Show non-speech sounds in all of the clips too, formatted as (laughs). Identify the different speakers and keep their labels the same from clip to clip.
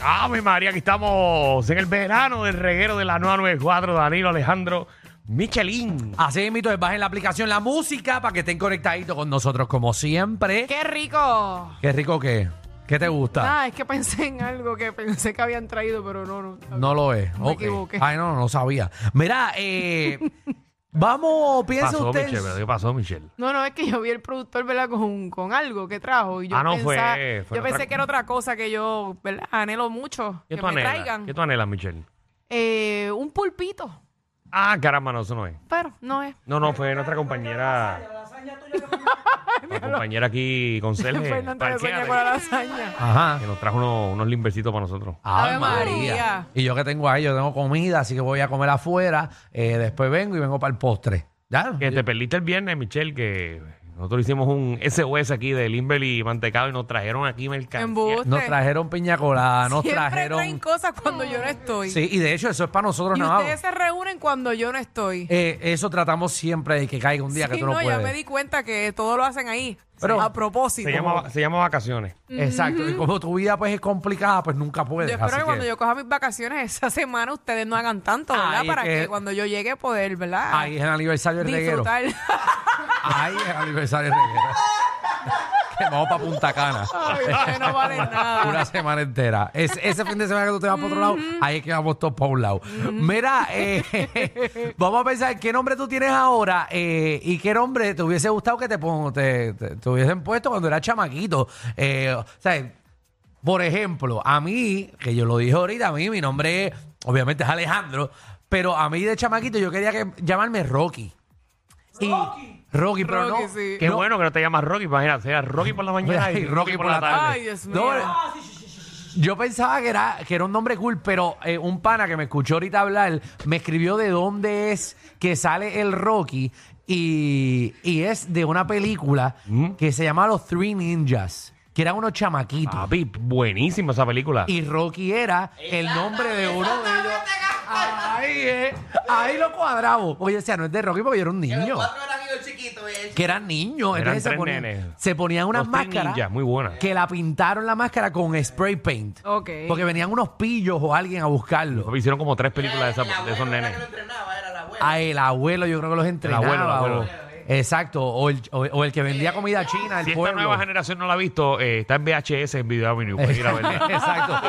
Speaker 1: Ave María, aquí estamos en el verano del reguero de la 994, Danilo Alejandro Michelin.
Speaker 2: Así mismo es, bajen la aplicación La Música para que estén conectaditos con nosotros como siempre.
Speaker 3: ¡Qué rico!
Speaker 2: Qué rico que ¿Qué te gusta?
Speaker 3: Ah, es que pensé en algo que pensé que habían traído, pero no, no.
Speaker 2: No lo es.
Speaker 3: Me
Speaker 2: Ok.
Speaker 3: equivoqué.
Speaker 2: Ay, no, no sabía. Mira,
Speaker 3: (laughs)
Speaker 2: eh, vamos,
Speaker 1: ¿Qué
Speaker 2: piensa
Speaker 1: pasó,
Speaker 2: usted.
Speaker 1: Michelle? ¿Pero ¿Qué pasó, Michelle?
Speaker 3: No, no, es que yo vi el productor, ¿verdad? Con, con algo que trajo. Y yo
Speaker 1: Ah, no, fue-
Speaker 3: pensaba-
Speaker 1: fue
Speaker 3: Yo
Speaker 1: otra-
Speaker 3: pensé que era otra cosa que yo, ¿verdad? Anhelo mucho
Speaker 1: ¿Qué
Speaker 3: que
Speaker 1: tú
Speaker 3: me
Speaker 1: anhelas?
Speaker 3: traigan.
Speaker 1: ¿Qué tú anhelas, Michelle?
Speaker 3: Eh, un pulpito,
Speaker 1: Ah, caramba, no, eso no es.
Speaker 3: pero no es.
Speaker 1: No, no, fue nuestra
Speaker 3: (laughs)
Speaker 1: compañera. Nuestra compañera aquí, conserje,
Speaker 3: Fernanda me sueña con la
Speaker 1: parqueate,
Speaker 3: lasaña.
Speaker 2: Ajá.
Speaker 1: que nos trajo unos, unos limbercitos para nosotros.
Speaker 2: Ave
Speaker 3: Ave
Speaker 2: María.
Speaker 3: María.
Speaker 2: Y yo que tengo ahí, yo tengo comida, así que voy a comer afuera. eh, después vengo y vengo para el postre. ¿Ya?
Speaker 1: Que te perdiste el viernes, Michelle, que nosotros hicimos un SOS aquí de limber y mantecado y nos trajeron aquí mercancía.
Speaker 3: Embus-
Speaker 2: Nos trajeron piña colada, nos
Speaker 3: Siempre traen
Speaker 2: trajeron.
Speaker 3: cosas cuando yo no estoy.
Speaker 2: Sí, y de hecho, eso es para nosotros
Speaker 3: y
Speaker 2: nada más.
Speaker 3: ustedes se reúnen cuando yo no estoy.
Speaker 2: Eh, eso tratamos siempre de que caiga un día
Speaker 3: Sí,
Speaker 2: que tú no,
Speaker 3: ya
Speaker 2: puedes.
Speaker 3: me di cuenta que todo lo hacen ahí.
Speaker 2: Pero-
Speaker 3: a propósito.
Speaker 1: Se llama, se llama vacaciones.
Speaker 2: Exacto. Y como tu vida pues es complicada, pues nunca puedes.
Speaker 3: Yo espero
Speaker 2: así
Speaker 3: que,
Speaker 2: que-
Speaker 3: cuando yo coja mis vacaciones esa (laughs) semana ustedes no hagan tanto, ¿verdad?
Speaker 2: Ahí
Speaker 3: Para
Speaker 2: que-
Speaker 3: que... cuando yo llegue poder, ¿verdad?
Speaker 2: Ahí es el aniversario del reguero.
Speaker 3: Disfrutar. (laughs)
Speaker 2: Ahí es el aniversario del reguero. (laughs) que vamos para Punta Cana.
Speaker 3: Ay, ustedes
Speaker 2: (laughs)
Speaker 3: no valen
Speaker 2: Una
Speaker 3: nada.
Speaker 2: semana entera. Es- ese fin de semana que tú te vas para otro lado, ahí es que vamos todos para un lado. Mira, eh, (laughs) vamos a pensar qué nombre tú tienes ahora eh, y qué nombre te hubiese gustado que te, pon- te, te- te hubiesen puesto cuando eras chamaquito. Eh, o sea, por ejemplo, a mí, que yo lo dije ahorita, a mí mi nombre es- obviamente es Alejandro, pero a mí de chamaquito yo quería que, llamarme Rocky. Y- Rocky. pero
Speaker 3: Rocky,
Speaker 2: no.
Speaker 3: sí.
Speaker 1: Qué
Speaker 2: no-
Speaker 1: bueno que no te llamas Rocky, imagínate, era Rocky por la mañana y Rocky por la tarde.
Speaker 3: Ay, Dios mío.
Speaker 2: No, yo pensaba que era, que era un nombre cool, pero eh, un pana que me escuchó ahorita hablar me escribió de dónde es que sale el Rocky y, y es de una película
Speaker 3: Mm.
Speaker 2: que se llama Los Three Ninjas, que eran unos chamaquitos.
Speaker 1: Papi, buenísima esa película.
Speaker 2: Y Rocky era el nombre de uno de ellos. Ahí, eh, ahí lo cuadraba. Oye, o sea, no es de Rocky porque yo era un niño. Que eran niños.
Speaker 1: Eran
Speaker 2: entonces se
Speaker 1: tres
Speaker 2: ponían,
Speaker 1: nenes.
Speaker 2: se ponían unas
Speaker 1: Los Three
Speaker 2: máscaras
Speaker 1: Ninjas, muy buena.
Speaker 2: que la pintaron la máscara con spray paint.
Speaker 3: Ok.
Speaker 2: Porque venían unos pillos o alguien a buscarlo.
Speaker 1: Papi, hicieron como tres películas de, esa- de esos nenes.
Speaker 2: A el abuelo, yo creo que los entrenaba.
Speaker 1: abuelo, el abuelo.
Speaker 2: o- exacto. O el, o- o el que vendía comida china, el
Speaker 1: Si esta
Speaker 2: pueblo.
Speaker 1: nueva generación no la ha visto, eh, está en VHS en Video Avenue. Puedes ir a verla.
Speaker 2: (laughs) (laughs)
Speaker 1: (laughs)
Speaker 2: Exacto.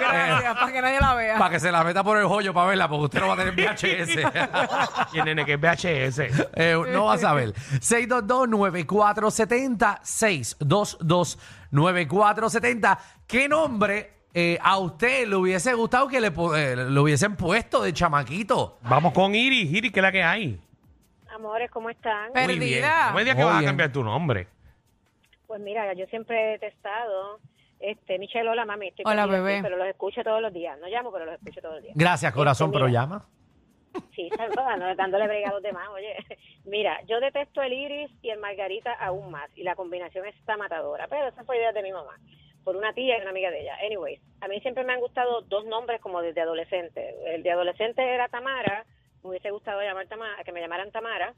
Speaker 3: Gracias, para que nadie la vea.
Speaker 2: para que se la meta por el joyo para verla, porque usted no va
Speaker 1: (laughs)
Speaker 2: a tener VHS.
Speaker 1: y el nene que es VHS.
Speaker 2: Eh, no vas a ver. 622-9470. 622-9470. ¿Qué nombre eh, a usted le hubiese gustado que le, po- eh, le hubiesen puesto de chamaquito?
Speaker 1: Vamos con Iris, Iris, que es la que hay.
Speaker 4: Amores, ¿cómo están?
Speaker 3: Perdida.
Speaker 1: Muy bien. No me digas que
Speaker 2: Muy
Speaker 1: vas a
Speaker 2: bien.
Speaker 1: cambiar tu nombre.
Speaker 4: Pues mira, yo siempre he detestado. Este, Michelle, hola mami. Estoy
Speaker 3: Hola,
Speaker 4: perdida,
Speaker 3: bebé.
Speaker 4: sí, pero los escucho todos los días. No llamo, pero los escucho todos los días.
Speaker 2: Gracias, corazón,
Speaker 4: Este,
Speaker 2: pero
Speaker 4: mira,
Speaker 2: llama.
Speaker 4: Sí, (laughs) saluda, no, dándole brega a los demás, oye. (laughs) Mira, yo detesto el iris y el margarita aún más. Y la combinación está matadora. Pero esa fue idea de mi mamá. Por una tía y una amiga de ella. Anyways, a mí siempre me han gustado dos nombres como desde adolescente. El de adolescente era Tamara. Me hubiese gustado llamar Tamara, que me llamaran Tamara.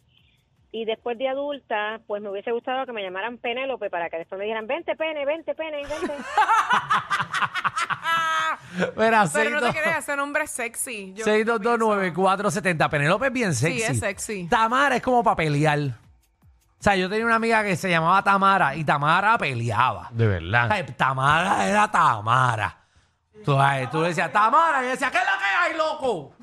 Speaker 4: Y después de adulta, pues me hubiese gustado que me llamaran Penélope para que después me dijeran, vente, pene, vente, pene, vente.
Speaker 2: Mira,
Speaker 3: Pero no te
Speaker 2: 62-
Speaker 3: creas, ese nombre es sexy. Yo-
Speaker 2: 6229470. Penelope es bien sexy.
Speaker 3: es sexy.
Speaker 2: Tamara es como para pelear. O sea, yo tenía una amiga que se llamaba Tamara y Tamara peleaba.
Speaker 1: De
Speaker 2: O
Speaker 1: verdad.
Speaker 2: sea, pues, Tamara era Tamara. Tú, ay, tú decías, Tamara, y yo decía, ¿qué es lo que hay, loco?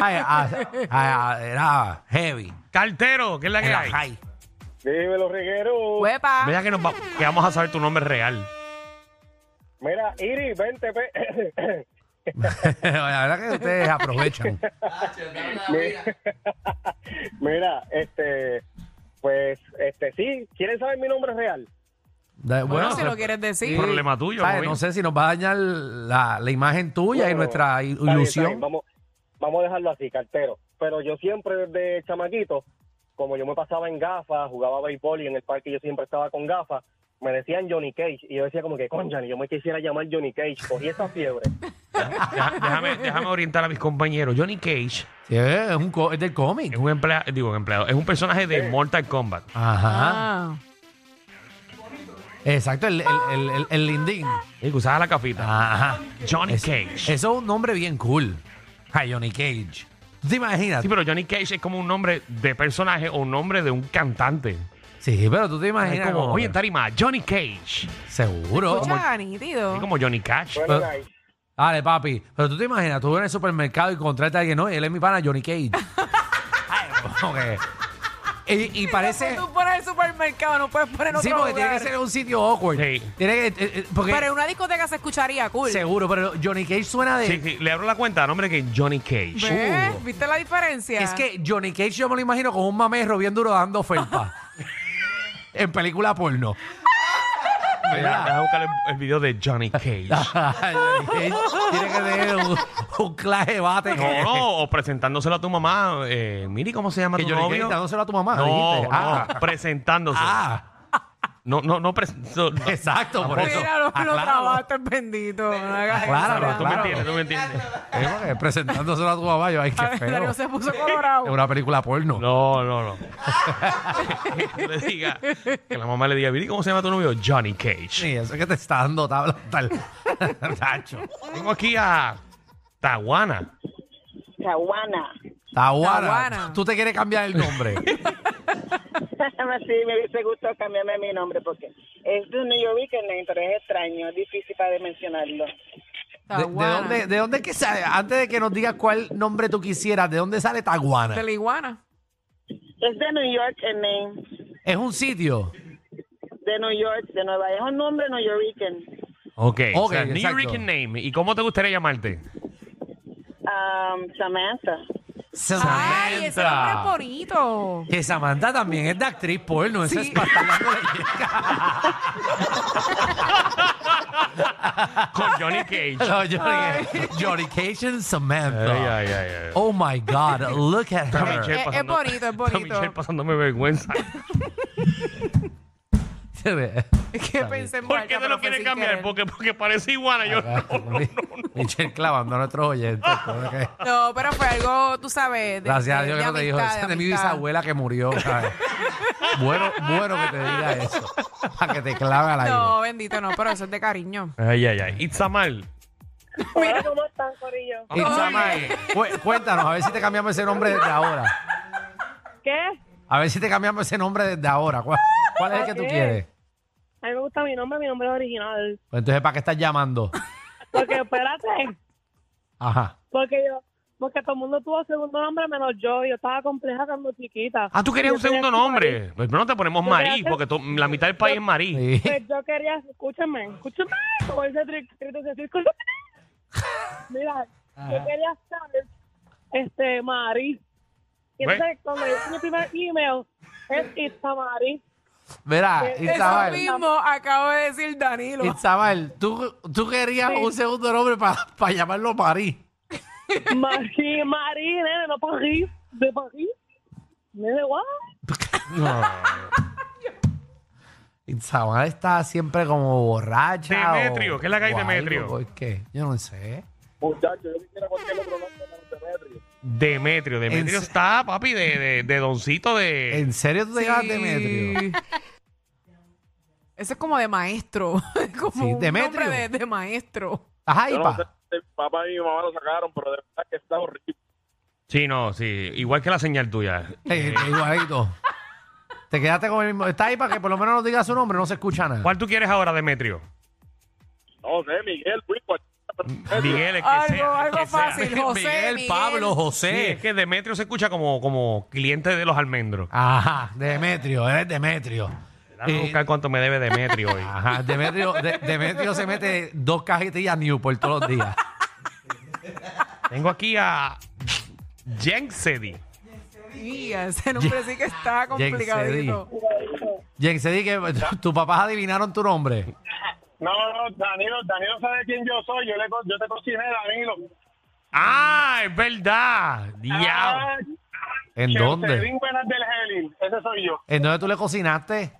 Speaker 2: Ay, ah, ah, era heavy.
Speaker 1: Cartero, que es la que
Speaker 2: Era
Speaker 1: hay.
Speaker 2: high. (laughs)
Speaker 5: Dímelo, reguero.
Speaker 3: Huepa.
Speaker 1: Mira que, nos va- que vamos a saber tu nombre real.
Speaker 2: (laughs)
Speaker 5: Mira, Iri, vente. pe-
Speaker 2: La verdad que ustedes aprovechan.
Speaker 5: (laughs) Mira, este, pues, este, sí, ¿quieren saber mi nombre real?
Speaker 2: Da-
Speaker 3: Bueno,
Speaker 2: o
Speaker 3: si
Speaker 2: sea,
Speaker 3: lo quieres decir.
Speaker 1: Problema tuyo,
Speaker 2: ¿sabes?
Speaker 1: Bobby.
Speaker 2: No sé si nos va a dañar la, la imagen tuya y
Speaker 5: Bueno,
Speaker 2: nuestra
Speaker 5: está
Speaker 2: il-
Speaker 5: bien, está
Speaker 2: ilusión.
Speaker 5: bien, Vamos, vamos a dejarlo así, cartero. Pero yo siempre desde chamaquito, como yo me pasaba en gafas, jugaba béisbol y en el parque yo siempre estaba con gafas, me decían Johnny Cage. Y yo decía como que, concha, ni yo me quisiera llamar Johnny Cage. Cogí
Speaker 2: (laughs)
Speaker 5: esa fiebre.
Speaker 1: Deja- déjame, déjame orientar a mis compañeros. Johnny Cage
Speaker 2: Sí, es, un co- es del cómic.
Speaker 1: es un empleado, digo, un empleado, es un personaje de Mortal Kombat.
Speaker 2: Ajá.
Speaker 3: Ah.
Speaker 2: Exacto, el, el, el, el- el lindín.
Speaker 1: Y que usaba la capita.
Speaker 2: Ajá.
Speaker 1: Johnny
Speaker 2: Ah, Es-
Speaker 1: Cage.
Speaker 2: Eso es un nombre bien cool. Ay, Johnny Cage. ¿Tú te imaginas?
Speaker 1: Sí, pero Johnny Cage es como un nombre de personaje o un nombre de un cantante.
Speaker 2: Sí, pero tú te
Speaker 1: Es
Speaker 2: imaginas.
Speaker 1: como,
Speaker 2: como-
Speaker 1: oye, en tarima, Johnny Cage.
Speaker 2: Seguro.
Speaker 3: Escucha, nítido.
Speaker 1: Es como Johnny Cash.
Speaker 5: Bueno,
Speaker 2: Ah.
Speaker 5: nice.
Speaker 2: Dale, papi. Pero tú te imaginas, tú en el supermercado y contratas a alguien, no, él es mi pana Johnny
Speaker 3: (laughs)
Speaker 2: Cage. Ay, como que- Y, y parece.
Speaker 3: Tú pones el supermercado, no puedes poner otro
Speaker 2: Sí, porque tiene que
Speaker 3: lugar.
Speaker 2: ser un sitio awkward.
Speaker 1: Sí.
Speaker 2: Tiene que. eh, eh, porque-
Speaker 3: Pero en una discoteca se escucharía cool.
Speaker 2: seguro, pero Johnny Cage suena de.
Speaker 1: Sí, sí, le abro la cuenta, nombre que Johnny Cage.
Speaker 3: ¿Ves? ¿Viste la diferencia?
Speaker 2: Es que Johnny Cage yo me lo imagino con un mamerro bien duro dando
Speaker 3: (laughs)
Speaker 2: felpa. en película porno. (laughs)
Speaker 1: Mira, Deja buscar el, el video de Johnny Cage.
Speaker 2: Ah. Johnny Cage tiene que tener un, un clase de
Speaker 1: (laughs)
Speaker 2: bate.
Speaker 1: No, no, o presentándoselo a tu mamá. Eh, Miri, ¿cómo se llama
Speaker 2: Que
Speaker 1: tu
Speaker 2: Johnny Cage
Speaker 1: novio?
Speaker 2: dándoselo a tu mamá.
Speaker 1: no,
Speaker 2: dijiste.
Speaker 1: no,
Speaker 2: Ah,
Speaker 1: presentándose.
Speaker 2: ah,
Speaker 1: No, no, no, pres- no, no.
Speaker 2: exacto, por eso. Ah,
Speaker 3: Mira, lo, lo
Speaker 2: Acláralo.
Speaker 3: trabaste, bendito. No hagas eso,
Speaker 2: Acláralo,
Speaker 3: nada.
Speaker 1: Tú me
Speaker 2: claro.
Speaker 1: entiendes, tú me entiendes.
Speaker 2: Es porque presentándoselo a tu mamá, yo, ay,
Speaker 3: (laughs)
Speaker 2: qué
Speaker 3: A ver,
Speaker 2: feo.
Speaker 3: Darío
Speaker 2: Es
Speaker 3: se puso colorado.
Speaker 2: una película porno.
Speaker 1: No, no, no. que, (laughs) le diga, que la mamá le diga, Miri, ¿cómo se llama tu novio? Johnny Cage.
Speaker 2: Sí, eso es que te está dando tabla (laughs) tal. Tacho.
Speaker 1: Tengo aquí a Tawana.
Speaker 4: Caguana.
Speaker 2: Tahuana.
Speaker 3: Tahuana.
Speaker 2: Tú te quieres cambiar el
Speaker 3: (laughs)
Speaker 2: nombre.
Speaker 4: (laughs) sí, me hubiese gustado cambiarme mi nombre porque es de un New York pero es extraño, es difícil para mencionarlo.
Speaker 2: ¿De, de
Speaker 3: Tahuana.
Speaker 2: dónde, ¿De dónde es que sale? Antes de que nos digas cuál nombre tú quisieras, ¿de dónde sale Taguana?
Speaker 3: De la iguana.
Speaker 4: Es de New York el name,
Speaker 2: Es un sitio.
Speaker 4: de New York, de Nueva York, es un nombre newyorken.
Speaker 1: Ok. o sea,
Speaker 2: exacto.
Speaker 1: New York Name. ¿Y cómo te gustaría llamarte?
Speaker 4: Um, Samantha.
Speaker 3: Ay, ese nombre es bonito.
Speaker 2: Que Samantha también es de actriz porno. Esa
Speaker 3: Sí.
Speaker 2: es Pastelando la Yesca.
Speaker 1: Con Johnny (laughs) Cage.
Speaker 3: (laughs)
Speaker 2: No, Johnny, Johnny Cage and Samantha.
Speaker 1: Ay, ay, ay, ay.
Speaker 2: Oh my God, look at
Speaker 1: Está
Speaker 2: her.
Speaker 1: Michelle
Speaker 3: Es- es
Speaker 1: pasando-
Speaker 3: (laughs) bonito, es
Speaker 1: está
Speaker 3: bonito.
Speaker 1: Michelle pasándome vergüenza.
Speaker 2: Se ve.
Speaker 3: Es que pensé en
Speaker 1: ¿Por
Speaker 3: Barca,
Speaker 1: qué te
Speaker 3: pero
Speaker 1: lo
Speaker 3: fue
Speaker 1: quieres
Speaker 3: sin
Speaker 1: cambiar?
Speaker 3: querer.
Speaker 1: Porque, porque parece iguana. Yo, no, no, no.
Speaker 2: Michelle clavando a nuestros oyentes. como que-
Speaker 3: No, pero fue algo, tú sabes. de-
Speaker 2: Gracias a
Speaker 3: de-
Speaker 2: Dios
Speaker 3: de
Speaker 2: que no te dijo
Speaker 3: amistad,
Speaker 2: eso.
Speaker 3: de
Speaker 2: De mi
Speaker 3: amistad.
Speaker 2: bisabuela que murió. ¿sabes? bueno, bueno que te diga eso. Para que te clave al aire.
Speaker 3: No, bendito, no, pero eso es de cariño.
Speaker 1: Ay, ay, ay. Itzamal.
Speaker 4: Hola, ¿cómo están, Corillo?
Speaker 2: Itzamay, cu- cuéntanos, a ver si te cambiamos ese nombre desde ahora.
Speaker 4: ¿Qué?
Speaker 2: A ver si te cambiamos ese nombre desde ahora. ¿Cuál, cuál es el que tú
Speaker 4: Ok.
Speaker 2: quieres?
Speaker 4: A mí me gusta mi nombre, mi nombre es original.
Speaker 2: Pues entonces, ¿para qué estás llamando?
Speaker 4: Porque, espérate,
Speaker 2: Ajá.
Speaker 4: porque yo, porque todo el mundo tuvo segundo nombre menos yo, y yo estaba compleja cuando chiquita.
Speaker 1: Ah, tú querías un
Speaker 4: Yo quería
Speaker 1: segundo
Speaker 4: ser
Speaker 1: nombre. Pues no te ponemos
Speaker 4: Yo quería
Speaker 1: Marí,
Speaker 4: ser-
Speaker 1: porque to- la mitad del país es Marí.
Speaker 2: Sí.
Speaker 3: (laughs)
Speaker 4: Pues yo quería, escúchame, escúchame, como dice Tri- Trito, sí, escúchame. Mira, yo quería saber, este, Mari. Y entonces, cuando yo hice mi primer email, es Itamari.
Speaker 2: Mira,
Speaker 4: Eso
Speaker 3: (laughs) Eso
Speaker 2: Isabel,
Speaker 3: mismo acabo de decir Danilo.
Speaker 2: Isabel, tú, tú querías un segundo nombre para llamarlo París.
Speaker 4: Mari, Mari, nene, no París, de París. Nene, guau.
Speaker 2: Isabel está siempre como borracha. o-
Speaker 1: Demetrio, ¿qué es la que hay
Speaker 2: o algo,
Speaker 1: Demetrio?
Speaker 2: ¿por qué? Yo no sé.
Speaker 5: Muchachos, yo quisiera cualquier otro nombre menos Demetrio.
Speaker 1: Demetrio. Demetrio
Speaker 2: En-
Speaker 1: está, papi, de, de, de doncito de...
Speaker 2: ¿En serio tú te llamas
Speaker 3: Sí.
Speaker 2: Demetrio?
Speaker 3: Ese es como de maestro. (laughs) como
Speaker 2: Sí,
Speaker 3: un
Speaker 2: Demetrio.
Speaker 3: nombre de, de maestro.
Speaker 2: Ajá,
Speaker 5: Yo
Speaker 2: y
Speaker 5: no sé
Speaker 2: pa. Eh,
Speaker 5: si el papá y mi mamá lo sacaron, pero de verdad que está horrible.
Speaker 1: Sí, no, sí. Igual que la señal tuya.
Speaker 2: Eh, igualito. Te quedaste con el mismo. Está ahí para que por lo menos nos diga su nombre, no se escucha nada.
Speaker 1: ¿Cuál tú quieres ahora, Demetrio?
Speaker 5: No sé, Miguel, Luis, cualquier-
Speaker 1: Miguel, el que
Speaker 3: Algo-
Speaker 1: sea. el
Speaker 3: algo
Speaker 1: que sea.
Speaker 3: fácil. José, Miguel.
Speaker 1: Sí,
Speaker 2: José.
Speaker 1: es que Demetrio se escucha como, como cliente de los almendros.
Speaker 2: Ajá, Demetrio, eres Demetrio.
Speaker 1: Dame a
Speaker 2: Eh, Ah.
Speaker 1: buscar cuánto me debe Demetrio hoy.
Speaker 2: Ajá, Demetrio, De- Demetrio se mete dos cajetillas New por todos los días.
Speaker 1: Tengo aquí a Jenksedi.
Speaker 3: Y ese nombre sí que está complicadito.
Speaker 2: Jen, se di que tus papás adivinaron tu nombre.
Speaker 5: No, no, Danilo, Danilo sabe quién yo soy. Yo, le, co- yo te cociné, Danilo.
Speaker 1: ¡Ah, es verdad! ¡Diablo!
Speaker 5: Ah,
Speaker 2: ¿En dónde?
Speaker 5: Chesedín Buenas del Helin, ese soy yo.
Speaker 2: ¿En dónde tú le cocinaste?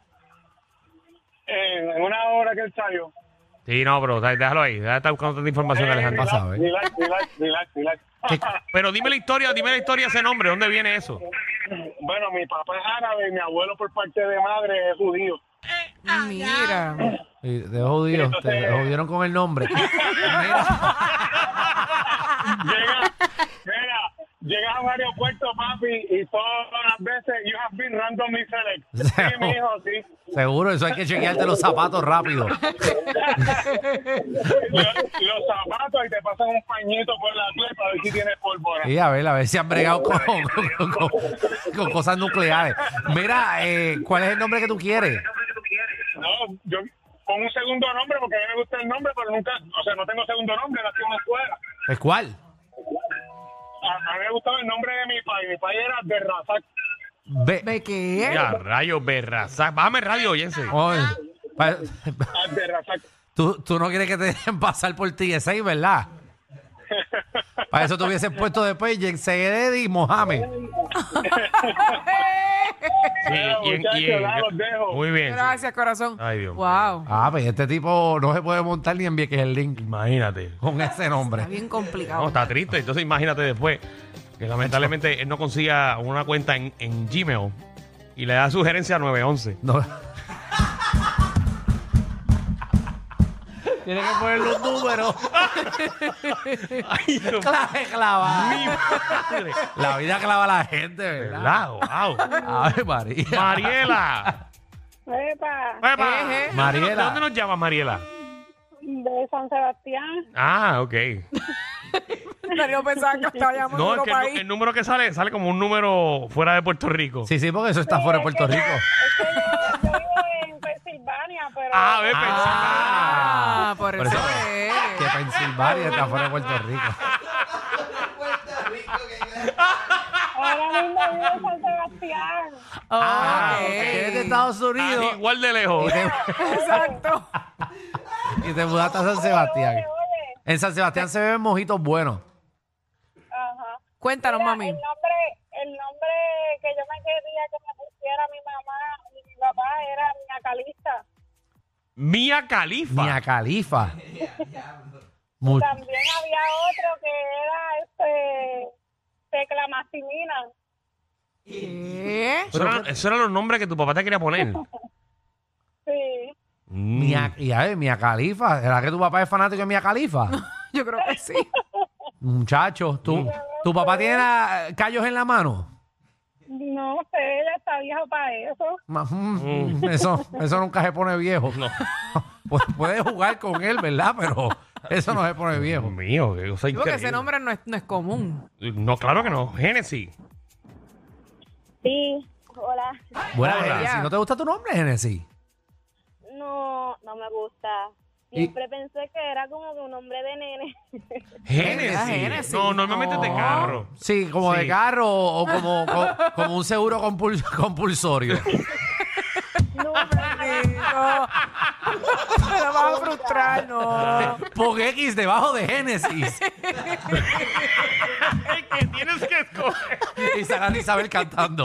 Speaker 5: En, en una hora que él salió.
Speaker 1: Sí, no, bro, dá- déjalo ahí. Déjate estar buscando tanta información,
Speaker 5: Eh,
Speaker 1: Alejandro.
Speaker 2: relax. pasado, ¿eh?
Speaker 5: relax, relax, relax, relax. (laughs)
Speaker 2: ¿Qué-
Speaker 1: Pero dime la historia, dime la historia de ese nombre. ¿Dónde viene eso?
Speaker 5: Bueno, mi papá es árabe y mi abuelo por parte de madre es judío.
Speaker 3: Mira.
Speaker 2: Y te jodió, te jodieron con el nombre. Mira,
Speaker 6: Llega, mira, llegas a un aeropuerto, papi, y todas las veces you have been randomly
Speaker 2: (laughs)
Speaker 6: selected. Sí, mi hijo, sí.
Speaker 2: seguro, eso hay que chequearte los zapatos rápido.
Speaker 6: Los, los zapatos y te pasan un pañito por la piel para ver si tienes pólvora.
Speaker 2: Y a ver, a ver si han bregado con, con- con- con cosas nucleares. Mira, eh, ¿cuál es el nombre que tú quieres?
Speaker 6: No, yo con un segundo nombre porque a mí me gusta el nombre, pero nunca, o sea, no tengo segundo nombre, nací en una escuela.
Speaker 2: ¿Es cuál?
Speaker 6: A, a mí me gustaba el nombre de mi país. Mi país era de Razak.
Speaker 2: Ve.
Speaker 3: ¿De qué? (laughs)
Speaker 1: Ya, rayos, berraza. Bájame el radio, oyense.
Speaker 2: Oye, pa-
Speaker 6: Ah, De Razak.
Speaker 2: tú, tú no quieres que te dejen pasar por TSA, ¿verdad? Para eso te hubiesen puesto después Yensegedi y Mohamed.
Speaker 1: Sí,
Speaker 6: Claro,
Speaker 1: y en-
Speaker 6: muchachos,
Speaker 1: y en-
Speaker 6: ya los dejo.
Speaker 1: Muy bien.
Speaker 3: Gracias, corazón.
Speaker 1: Ay, Dios mío.
Speaker 3: Wow.
Speaker 2: Ah, pues este tipo no se puede montar ni en Vieques el link
Speaker 1: Imagínate.
Speaker 2: con ese nombre.
Speaker 3: Está bien
Speaker 1: No,
Speaker 3: complicado.
Speaker 1: está triste. Entonces imagínate después que lamentablemente él no consiga una cuenta en, en Gmail y le da sugerencia a 911.
Speaker 2: No. (laughs) Tiene que poner los números.
Speaker 1: (laughs) Ay, Dios
Speaker 2: Clave clava.
Speaker 1: mío, madre.
Speaker 2: La vida clava a la gente, ¿verdad?
Speaker 1: ¿Verdad? Wow.
Speaker 2: Ay, María.
Speaker 1: Mariela.
Speaker 4: Epa,
Speaker 1: Epa. Mariela.
Speaker 3: Eje.
Speaker 2: Mariela.
Speaker 1: ¿De dónde nos llamas, Mariela?
Speaker 4: de San Sebastián.
Speaker 1: Ah, ok.
Speaker 3: (laughs) Darío pensaba que estaba llamando
Speaker 1: No,
Speaker 3: a
Speaker 1: es
Speaker 3: otro
Speaker 1: que el, nu-
Speaker 3: país.
Speaker 1: el número que sale sale como un número fuera de Puerto Rico.
Speaker 2: Sí, sí, porque eso está fuera de Puerto Rico.
Speaker 4: Es que yo, yo vivo en Pensilvania, pero...
Speaker 1: Ah, ve,
Speaker 3: Ah, por
Speaker 2: Por
Speaker 3: eso
Speaker 2: eso-
Speaker 3: es.
Speaker 2: Que Pensilvania está fuera de Puerto Rico.
Speaker 4: Ahora mismo vivo en San Sebastián.
Speaker 2: Ah,
Speaker 3: Ok.
Speaker 2: porque eres de Estados
Speaker 1: pensaba. Ah,
Speaker 2: Unidos
Speaker 1: igual de lejos.
Speaker 2: y te,
Speaker 3: Exacto.
Speaker 2: y te mudaste a San Sebastián.
Speaker 4: Oye, oye.
Speaker 2: En San Sebastián se beben mojitos buenos.
Speaker 4: Ajá.
Speaker 3: Cuéntanos,
Speaker 4: Mira,
Speaker 3: mami.
Speaker 4: El nombre, el nombre que yo me quería que me pusiera mi mamá y mi papá era Mina Calista.
Speaker 1: Mía Califa.
Speaker 2: Mia Califa. Mu-
Speaker 4: También había otro que era este Tecla Maximina.
Speaker 3: ¿Qué?
Speaker 1: Eso eran eso eran los nombres que tu papá te quería poner.
Speaker 4: Sí.
Speaker 1: Mm.
Speaker 2: Mia, y a ver, Mia Califa. ¿Será que tu papá es fanático de
Speaker 1: (laughs)
Speaker 2: Mia Califa?
Speaker 3: Yo creo que sí.
Speaker 2: Muchacho, ¿tú, ¿tu papá tiene la- callos en la mano?
Speaker 4: No sé, ella está vieja para eso.
Speaker 2: Ma- mm, (laughs) Eso, eso nunca se pone viejo.
Speaker 1: No.
Speaker 2: (laughs) Pu- Puedes jugar con él, ¿verdad? Pero eso no se pone
Speaker 1: Dios
Speaker 2: viejo.
Speaker 1: mío, qué cosa
Speaker 3: Porque ese
Speaker 1: increíble.
Speaker 3: nombre no es, no es común.
Speaker 1: No, claro que no. Genesis.
Speaker 4: Sí. Hola.
Speaker 2: Buena,
Speaker 1: Hola.
Speaker 2: Genesis. ¿No te gusta tu nombre, Genesis?
Speaker 4: No, no me gusta.
Speaker 2: Siempre
Speaker 4: pensé que era como que un hombre de nene.
Speaker 1: Genesis.
Speaker 3: Ah, Genesis.
Speaker 1: No, normalmente
Speaker 3: No.
Speaker 1: de carro.
Speaker 2: Sí, como
Speaker 1: Sí.
Speaker 2: de carro o o como, co- como un seguro compul-
Speaker 1: (laughs)
Speaker 2: compulsorio.
Speaker 4: No,
Speaker 3: Sí, no. Me la vas a frustrar, no.
Speaker 2: Pon X debajo de Genesis.
Speaker 1: (laughs) Es que tienes que escoger.
Speaker 2: Y Sara Isabel cantando.